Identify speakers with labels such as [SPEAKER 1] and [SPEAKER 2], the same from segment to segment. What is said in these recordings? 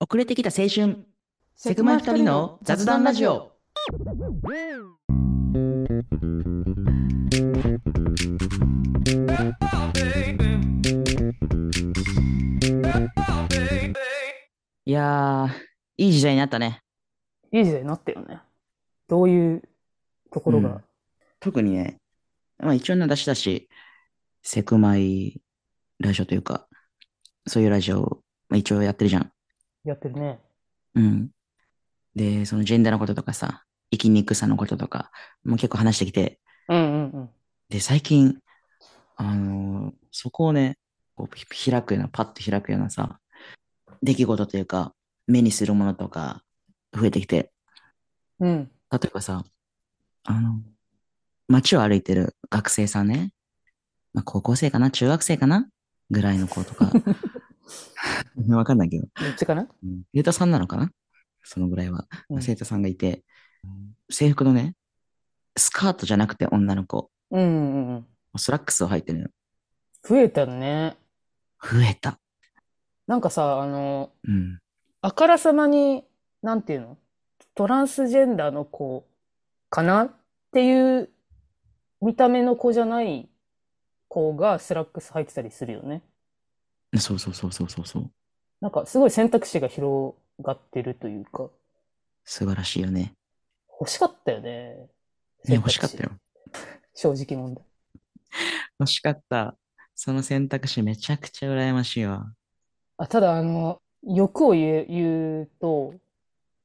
[SPEAKER 1] 遅れてきた青春セグマ二人の雑談ラジオいやーいい時代になったね
[SPEAKER 2] いい時代になったよね。どういうところが。
[SPEAKER 1] うん特にねまあ一応な出しだしセクマイラジオというかそういうラジオを、まあ、一応やってるじゃん
[SPEAKER 2] やってるね。
[SPEAKER 1] うん。で、そのジェンダーのこととかさ、生きにくさのこととか、もう結構話してきて、
[SPEAKER 2] うんうん
[SPEAKER 1] で、最近、あのーそこをね、こうひ開くような、パッと開くようなさ、出来事というか、目にするものとか、増えてきて、
[SPEAKER 2] うん。うん。
[SPEAKER 1] 例えばさ、あの、街を歩いてる学生さんね、まあ、高校生かな、中学生かなぐらいの子とか、 わかんないけど、
[SPEAKER 2] どっちかな
[SPEAKER 1] うん生徒さんなのかなそのぐらいは。
[SPEAKER 2] うん
[SPEAKER 1] 生徒さんがいて、制服のね、スカートじゃなくて女の子、
[SPEAKER 2] うんうんうん。
[SPEAKER 1] スラックスを履いてるのよ。
[SPEAKER 2] 増えたね。
[SPEAKER 1] 増えた。
[SPEAKER 2] なんかさ、あの、
[SPEAKER 1] うん。
[SPEAKER 2] あからさまに、なんていうのトランスジェンダーの子かなっていう見た目の子じゃない子がスラックス入ってたりするよね。
[SPEAKER 1] そうそうそうそうそうそう。
[SPEAKER 2] なんかすごい選択肢が広がってるというか、
[SPEAKER 1] 素晴らしいよね。
[SPEAKER 2] 欲しかったよね。
[SPEAKER 1] ね、
[SPEAKER 2] 選
[SPEAKER 1] 欲
[SPEAKER 2] 択肢
[SPEAKER 1] しかったよ。
[SPEAKER 2] 正直問題。
[SPEAKER 1] 欲しかった。その選択肢めちゃくちゃ羨ましいわ。
[SPEAKER 2] あ、ただ、あの、欲を言う、言うと、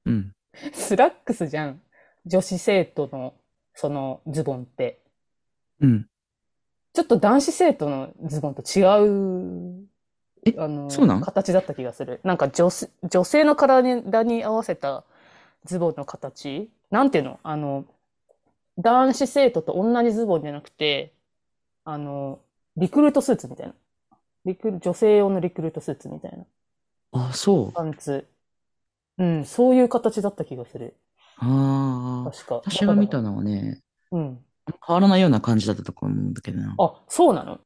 [SPEAKER 1] うん。
[SPEAKER 2] スラックスじゃん。女子生徒の、そのズボンって。
[SPEAKER 1] うん。
[SPEAKER 2] ちょっと男子生徒のズボンと違う、
[SPEAKER 1] え
[SPEAKER 2] あの、
[SPEAKER 1] そうなん
[SPEAKER 2] 形だった気がする。なんか女す、女性の体に合わせたズボンの形なんていうのあの、男子生徒と同じズボンじゃなくて、あの、リクルートスーツみたいな。リクル、女性用のリクルートスーツみたいな。
[SPEAKER 1] あ、そう。
[SPEAKER 2] パンツ。うん、そういう形だった気がする。
[SPEAKER 1] ああ。
[SPEAKER 2] 確か。
[SPEAKER 1] 私が見た
[SPEAKER 2] だか
[SPEAKER 1] のはね、
[SPEAKER 2] らうん。
[SPEAKER 1] 変わらないような感じだったと思うんだけどな。
[SPEAKER 2] あ、そうなの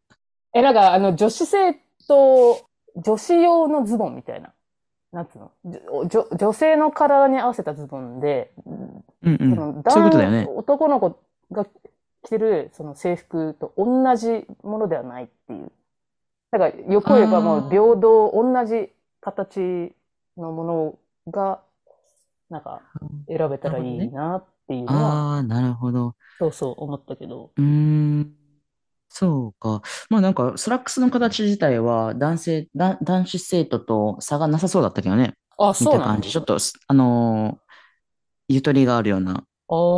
[SPEAKER 2] え、なんか、あの、女子生徒、女子用のズボンみたいな。なんつうのじょ女女性の体に合わせたズボンで、
[SPEAKER 1] うんう
[SPEAKER 2] そ
[SPEAKER 1] ん。
[SPEAKER 2] の
[SPEAKER 1] そういうことだ
[SPEAKER 2] 男
[SPEAKER 1] よね。
[SPEAKER 2] 男の子が着てるその制服と同じものではないっていう。だから、よく言えばもう平等、同じ形のものが、なんか、選べたらいいなっていうのは、
[SPEAKER 1] ああ、なるほど。
[SPEAKER 2] そうそう思ったけど。
[SPEAKER 1] うーん、そうか。まあなんか、スラックスの形自体は男性、だ、男子生徒と差がなさそうだったけどね。
[SPEAKER 2] あ、
[SPEAKER 1] 見
[SPEAKER 2] そう
[SPEAKER 1] た
[SPEAKER 2] なん
[SPEAKER 1] 感
[SPEAKER 2] だ
[SPEAKER 1] じ。ちょっとす、あのーゆとりがあるような、
[SPEAKER 2] あ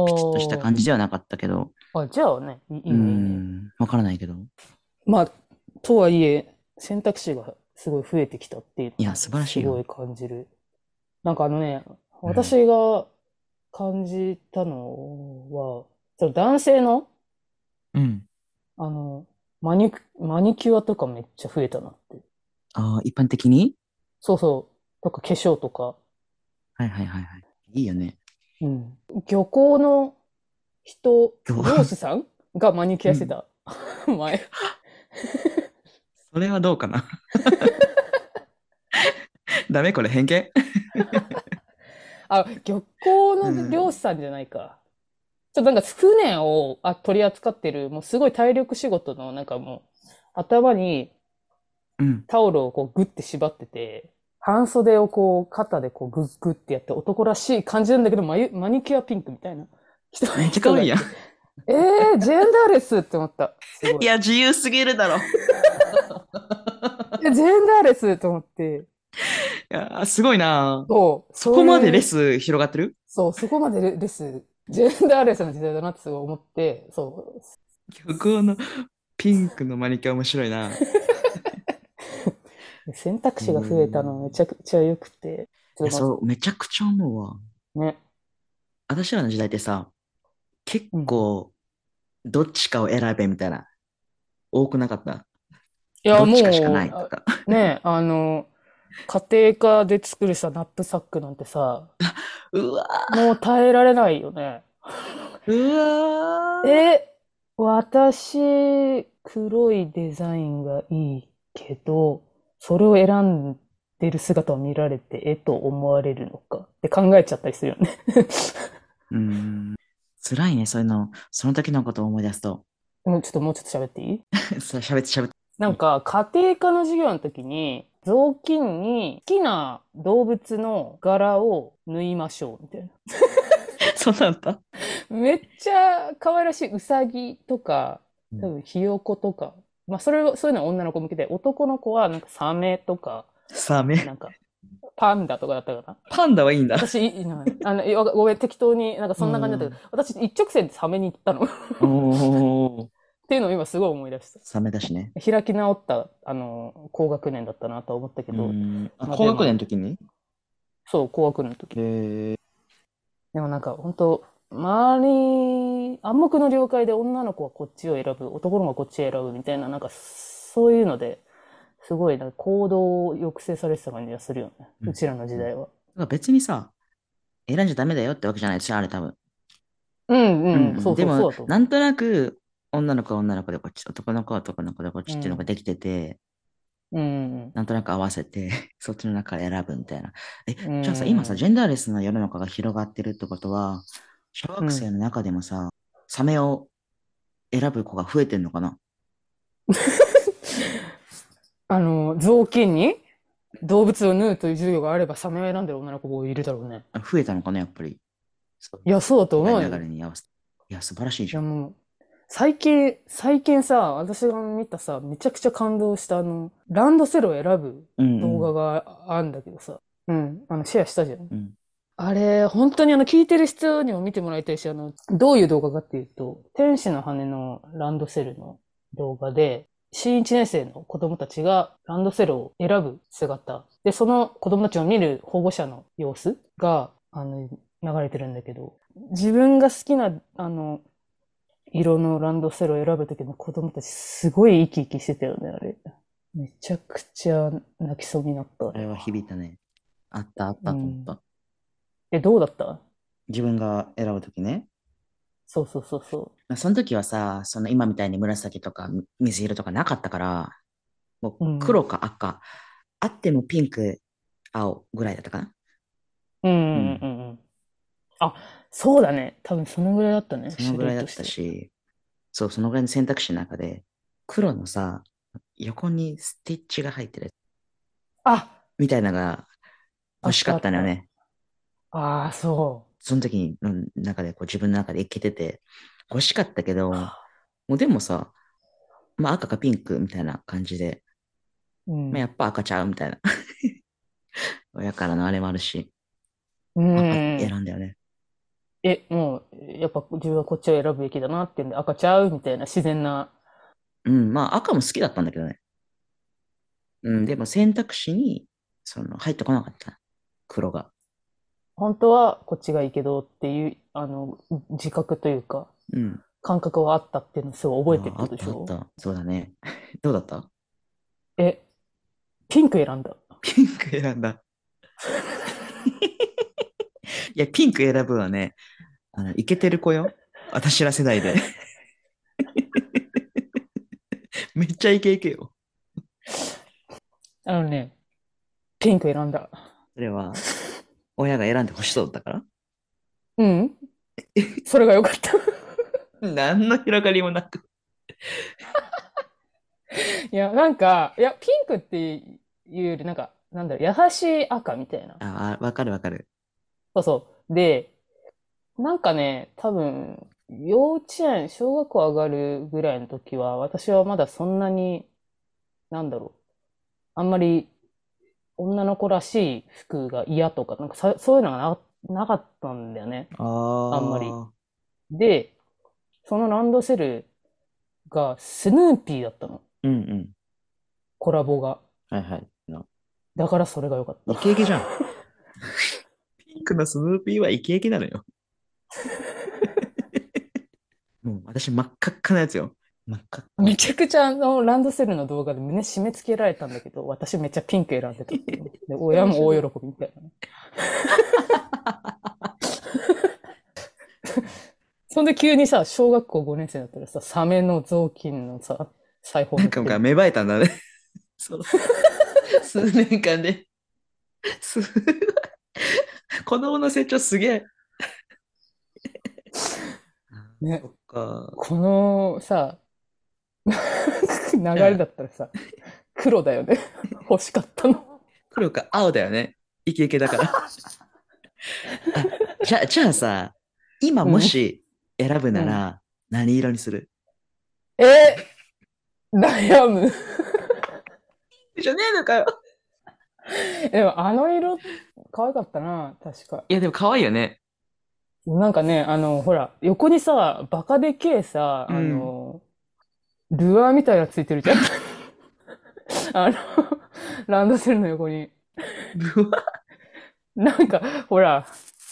[SPEAKER 1] ピチッとした感
[SPEAKER 2] じ。
[SPEAKER 1] じではなかったけど、
[SPEAKER 2] あ、じゃあね、いいいうね、いいね。
[SPEAKER 1] ん、わからないけど。
[SPEAKER 2] まあ、とはいえ、選択肢がすごい増えてきたっていうの
[SPEAKER 1] いや
[SPEAKER 2] を
[SPEAKER 1] 素晴らしい
[SPEAKER 2] す
[SPEAKER 1] よ
[SPEAKER 2] ごい感じる。なんかあのね、
[SPEAKER 1] うん
[SPEAKER 2] 私が感じたのは、その男性の、
[SPEAKER 1] うん。
[SPEAKER 2] あの、マニキュ、マニキュアとかめっちゃ増えたなって。
[SPEAKER 1] ああ、一般的に
[SPEAKER 2] そうそう。とか化粧とか。
[SPEAKER 1] はいはいはいはい。いいよね。
[SPEAKER 2] うん。漁港の人、
[SPEAKER 1] 漁港
[SPEAKER 2] 漁師さんがマニキュアしてた。 前。
[SPEAKER 1] それはどうかな。 ダメこれ偏見
[SPEAKER 2] あ、漁港の漁師さんじゃないか。ちょっとなんか船をあ取り扱ってる、もうすごい体力仕事の、なんかもう、頭に
[SPEAKER 1] うん。
[SPEAKER 2] タオルをこうグッて縛ってて、半袖をこう肩でこうグッグッてやって男らしい感じなんだけど、マユマニキュアピンクみたいな人が
[SPEAKER 1] めっちゃ可愛いやん。
[SPEAKER 2] えー、ジェンダーレスって思った。すごい。
[SPEAKER 1] いや、自由すぎるだろ。い
[SPEAKER 2] いやジェンダーレスって思って。
[SPEAKER 1] や、すごいな。
[SPEAKER 2] そう、
[SPEAKER 1] そこまでレス
[SPEAKER 2] ス
[SPEAKER 1] 広がってる
[SPEAKER 2] そう、そこまでレレス、ジェンダーレスな時代だなってすごい思って、そう、
[SPEAKER 1] 漁港のピンクのマニキュア面白いな。
[SPEAKER 2] 選択肢が増えたのめちゃくちゃ良くて。
[SPEAKER 1] いやそう、めちゃくちゃ思うわ。
[SPEAKER 2] ね。
[SPEAKER 1] 私らの時代ってさ、結構、どっちかを選べみたいな、多くなかった。
[SPEAKER 2] いや、
[SPEAKER 1] どっ
[SPEAKER 2] も
[SPEAKER 1] ちかしかないと
[SPEAKER 2] う、
[SPEAKER 1] か。
[SPEAKER 2] ね、あの、家庭科で作るさ、ナップサックなん てさ、
[SPEAKER 1] うわ
[SPEAKER 2] もう耐えられないよね。
[SPEAKER 1] ー うわー
[SPEAKER 2] え、私、黒いデザインがいいけど、それを選んてる姿を見られて、えと思われるのかって考えちゃったりするよね。
[SPEAKER 1] うん。辛いね、そういうの。その時のことを思い出すと。
[SPEAKER 2] もうちょっともうちょっと喋っていい
[SPEAKER 1] そう喋って喋って。
[SPEAKER 2] なんか、家庭科の授業の時に、雑巾に好きな動物の柄を縫いましょう、みたいな。
[SPEAKER 1] そうなんだ。
[SPEAKER 2] めっちゃ可愛らしい、うさぎとか、多分ひよことか。まあ、それを、そういうのは女の子向けで、男の子はなんかサメとか、
[SPEAKER 1] サメ。
[SPEAKER 2] なんか、パンダとかだったかな。
[SPEAKER 1] パンダはいいんだ。
[SPEAKER 2] 私、 いなんかあの、いやごめん、適当に、なんかそんな感じだったけど、私、一直線でサメに行ったの。っ
[SPEAKER 1] おー。
[SPEAKER 2] ていうのを今すごい思い出した。
[SPEAKER 1] サメだしね。
[SPEAKER 2] 開き直った、あの、高学年だったなとは思ったけ
[SPEAKER 1] う
[SPEAKER 2] ど、
[SPEAKER 1] ん。あ
[SPEAKER 2] まあ
[SPEAKER 1] 高学年の時に
[SPEAKER 2] そう、高学年の時。
[SPEAKER 1] へえ。
[SPEAKER 2] でもなんか、本当周り、暗黙の了解で女の子はこっちを選ぶ、男の子はこっちを選ぶみたいな、なんか、そういうので、すごい、なんか行動を抑制されてた感じがするよね。
[SPEAKER 1] うん
[SPEAKER 2] うちらの時代は。
[SPEAKER 1] なんか別にさ、選んじゃダメだよってわけじゃないでしょ、あれ多分。
[SPEAKER 2] うんうん、
[SPEAKER 1] うん
[SPEAKER 2] そうそう、
[SPEAKER 1] で
[SPEAKER 2] そう
[SPEAKER 1] も
[SPEAKER 2] だと、思
[SPEAKER 1] なんとなく、女の子は女の子でこっち、男の子は男の子でこっちっていうのができてて、
[SPEAKER 2] う。うん
[SPEAKER 1] なんとなく合わせて、 そっちの中から選ぶみたいな。え、
[SPEAKER 2] うん
[SPEAKER 1] じゃあさ、今さ、ジェンダーレスな世の中が広がってるってことは、小学生の中でもさ、サメを選ぶ子が増えてんのかな
[SPEAKER 2] あの、雑巾に動物を縫うという授業があれば、サメを選んでる女の子もいるだろうね。
[SPEAKER 1] あ増えたのかな、やっぱり。そう
[SPEAKER 2] いや、そうだと思うよ
[SPEAKER 1] 流れに合わせて。いや、素晴らしい
[SPEAKER 2] い
[SPEAKER 1] じゃ
[SPEAKER 2] や
[SPEAKER 1] ん。
[SPEAKER 2] もう、最近、最近さ、私が見たさ、めちゃくちゃ感動したあの、ランドセルを選ぶ
[SPEAKER 1] うん、
[SPEAKER 2] 動画があるんだけどさ、うん、あの、シェアしたじゃん。
[SPEAKER 1] うん。
[SPEAKER 2] あれ、本当にあの、聞いてる人にも見てもらいたいし、あの、どういう動画かっていうと、天使の羽のランドセルの動画で、新1年生の子供たちがランドセルを選ぶ姿。で、その子供たちを見る保護者の様子が、あの、流れてるんだけど、自分が好きな、あの、色のランドセルを選ぶときの子供たち、すごい生き生きしてたよね、あれ。めちゃくちゃ泣きそうになった。
[SPEAKER 1] あれは響いたね。あったあったと思った。
[SPEAKER 2] え、どうだった
[SPEAKER 1] 自分が選ぶときね。
[SPEAKER 2] そうそうそうそう。
[SPEAKER 1] まあその時はさ、その今みたいに紫とかみ水色とかなかったから、も
[SPEAKER 2] うん
[SPEAKER 1] う黒か赤、あってもピンク、青ぐらいだったかな。
[SPEAKER 2] うんうんうんうん。あ、そうだね。多分そのぐらいだったね。
[SPEAKER 1] そのぐらいだった
[SPEAKER 2] 種類とて。
[SPEAKER 1] し、そう、そのぐらいの選択肢の中で、黒のさ、横にスティッチが入ってるやつ
[SPEAKER 2] あ、
[SPEAKER 1] みたいなのが欲しかったのよね。
[SPEAKER 2] ああ、そ
[SPEAKER 1] その時にの中でこう自分の中でいけてて、欲しかったけど、
[SPEAKER 2] あ
[SPEAKER 1] もうでもさ、まあ赤かピンクみたいな感じで、
[SPEAKER 2] う。うん
[SPEAKER 1] まあ、やっぱ赤ちゃうみたいな。 親からのあれもあるし、
[SPEAKER 2] うんうん
[SPEAKER 1] 赤
[SPEAKER 2] うん
[SPEAKER 1] 選んだよね。
[SPEAKER 2] え、もう、やっぱ自分はこっちを選ぶべきだなっていうんで、赤ちゃうみたいな自然な。
[SPEAKER 1] うん、まあ赤も好きだったんだけどね。うん、でも選択肢に、その、入ってこなかった。黒が。
[SPEAKER 2] 本当はこっちがいいけどっていう、あの、自覚というか、
[SPEAKER 1] うん。
[SPEAKER 2] 感覚はあったっていうのをすごい覚えてるって
[SPEAKER 1] ああ
[SPEAKER 2] こ
[SPEAKER 1] っ
[SPEAKER 2] とで
[SPEAKER 1] た
[SPEAKER 2] し
[SPEAKER 1] あ
[SPEAKER 2] ょ
[SPEAKER 1] った。そうだね。 どうだった
[SPEAKER 2] え、ピンク選んだ。
[SPEAKER 1] ピンク選ん だ。いや、ピンク選ぶはね、あの、イケてる子よ。私ら世代 で。めっちゃイケイケよ。
[SPEAKER 2] あのね、ピンク選 んだ。
[SPEAKER 1] それは、親が選んでほしそうだったか
[SPEAKER 2] うん。それが良かった。
[SPEAKER 1] ら何の広がりもなく。
[SPEAKER 2] いや、なんか、いや、ピンクっていうより、なんか、なんだろう、優しい赤みたいな。
[SPEAKER 1] ああ、わかるわかる。
[SPEAKER 2] そうそう。で、なんかね、多分、幼稚園、小学校上がるぐらいの時は、私はまだそんなに、なんだろう、あんまり女の子らしい服が嫌とか、なんかさ、そういうのがな、なかったんだよね。
[SPEAKER 1] ああ
[SPEAKER 2] あんまりで、そのランドセルがスヌーピーだったの。
[SPEAKER 1] うんうん。
[SPEAKER 2] コラボが。
[SPEAKER 1] はいはい。
[SPEAKER 2] だからそれが良かった。
[SPEAKER 1] イケイケじゃん。ピンクのスヌーピーはイケイケなのよ。もう私真っ赤っかなやつよ。真っ赤っか。
[SPEAKER 2] めちゃくちゃあの、ランドセルの動画で胸締め付けられたんだけど、私めっちゃピンク選んでたって いう。で、親も大喜びみたいなね。そんで急にさ、小学校5年生だったらさ、サメの雑巾のさ、裁縫
[SPEAKER 1] な
[SPEAKER 2] 持
[SPEAKER 1] ん
[SPEAKER 2] って
[SPEAKER 1] か
[SPEAKER 2] る
[SPEAKER 1] 芽生えたんだね。その数年間で。すごい。子供の成長すげえ。
[SPEAKER 2] ね
[SPEAKER 1] そっか。
[SPEAKER 2] このさ、 流れだったらさ、黒だよね。欲しかったの。
[SPEAKER 1] 黒か青だよね。イケイケだ から。あじゃあ、じゃあさ、今もし選ぶなら何色にする、
[SPEAKER 2] え悩む。
[SPEAKER 1] じゃねえのかよ。
[SPEAKER 2] でもあの色、可愛かったな、確か。
[SPEAKER 1] いや、でも可愛いよね。
[SPEAKER 2] なんかね、あの、ほら、横にさ、バカでけえさ、あの、ルアーみたいなのついてるじ ゃん。あの、ランドセルの横に。なんか、ほら、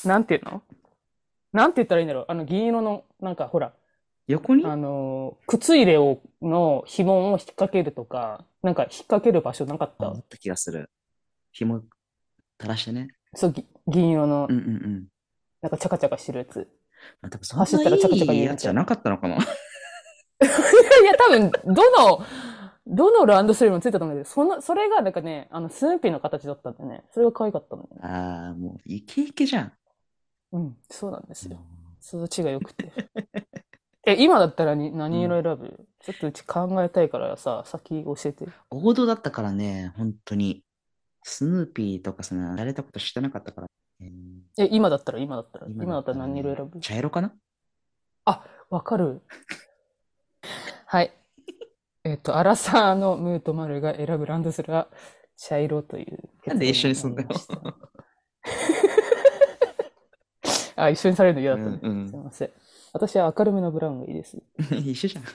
[SPEAKER 2] なんていうのなんて言ったらいいんだろう。あの、銀色の、なんか、ほら、
[SPEAKER 1] 横に
[SPEAKER 2] あの、靴入れを、の紐を引っ掛けるとか、なんか引っ掛ける場所なかっ
[SPEAKER 1] 思
[SPEAKER 2] た
[SPEAKER 1] った気がする。紐垂らしてね。
[SPEAKER 2] そう、ぎ銀色の
[SPEAKER 1] うん、うんうん。
[SPEAKER 2] なんかチャカチャカしてるやつ。
[SPEAKER 1] まあ、多分そん
[SPEAKER 2] 走ったら
[SPEAKER 1] な
[SPEAKER 2] チャカチャカ
[SPEAKER 1] い
[SPEAKER 2] 言
[SPEAKER 1] いうやつじゃなかったのかな。
[SPEAKER 2] いや、多分、どの、どのランドセルにもついてたと思うんだけど、その、それがなんかね、あの、スヌーピーの形だったんだよね。それが可愛かったんだよね。
[SPEAKER 1] ああ、もうイケイケじゃん。
[SPEAKER 2] うん、そうなんですよ。育ちが良くて。 え、今だったらに何色選ぶ、ちょっとうち考えたいからさ、先教えて。
[SPEAKER 1] 王道だったからね、本当に。スヌーピーとかその、やれたこと知ってなかったから。えー
[SPEAKER 2] え、今だったら、今だったら、今だったら
[SPEAKER 1] ね
[SPEAKER 2] 何色選ぶ
[SPEAKER 1] 茶色かな
[SPEAKER 2] わかるはい。えっと、アラサーのムーとマルが選ぶランドセルは茶色という
[SPEAKER 1] なんで一緒にすんだよ
[SPEAKER 2] 結論になりました。あ、一緒にされるの嫌だったね。
[SPEAKER 1] うんうん
[SPEAKER 2] すいません。私は明るめのブラウンがいいです。
[SPEAKER 1] 一緒じゃん。い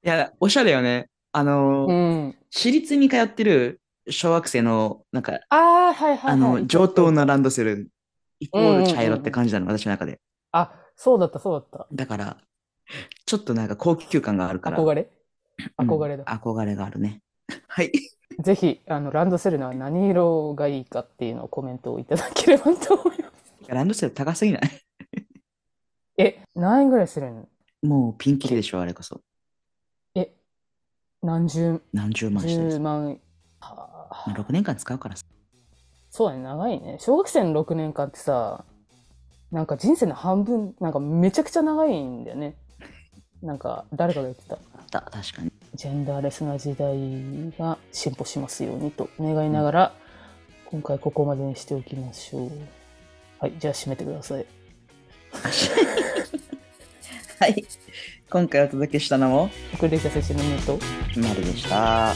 [SPEAKER 1] や、おしゃれよね。あの、
[SPEAKER 2] うん。
[SPEAKER 1] 私立に通ってる小学生の、なんか、
[SPEAKER 2] ああ、はいはいはい。
[SPEAKER 1] あの、上等なランドセル、イコール茶
[SPEAKER 2] うんうんうん
[SPEAKER 1] 色
[SPEAKER 2] うん
[SPEAKER 1] って感じなの、私の中で。
[SPEAKER 2] あ、そうだった、そうだっ
[SPEAKER 1] だから、ちょっとなんか高級感がある
[SPEAKER 2] た。
[SPEAKER 1] から。
[SPEAKER 2] 憧れ
[SPEAKER 1] うん
[SPEAKER 2] 憧れだ。
[SPEAKER 1] 憧れがあるね。はい。
[SPEAKER 2] ぜひ、あの、ランドセルの何色がいいかっていうのをコメントをいただければと思います。
[SPEAKER 1] ランドセル高すぎない
[SPEAKER 2] え、何円ぐらいするの
[SPEAKER 1] もうピンキリでしょ、あれこそ。
[SPEAKER 2] え、何十
[SPEAKER 1] 何十万してる
[SPEAKER 2] 10
[SPEAKER 1] さ。
[SPEAKER 2] 万はあ
[SPEAKER 1] まあ、6年間使うからさ。
[SPEAKER 2] そうだね長いね小学生の6年間ってさなんか人生の半分なんかめちゃくちゃ長いんだよねなんか誰かが言ってた
[SPEAKER 1] あった、確かに。
[SPEAKER 2] ジェンダーレスな時代が進歩しますようにと願いながら、今回ここまでにしておきましょうはいじゃあ締めてください
[SPEAKER 1] はい。今回お届けしたのも、
[SPEAKER 2] これできた先生のメイト
[SPEAKER 1] まるでした。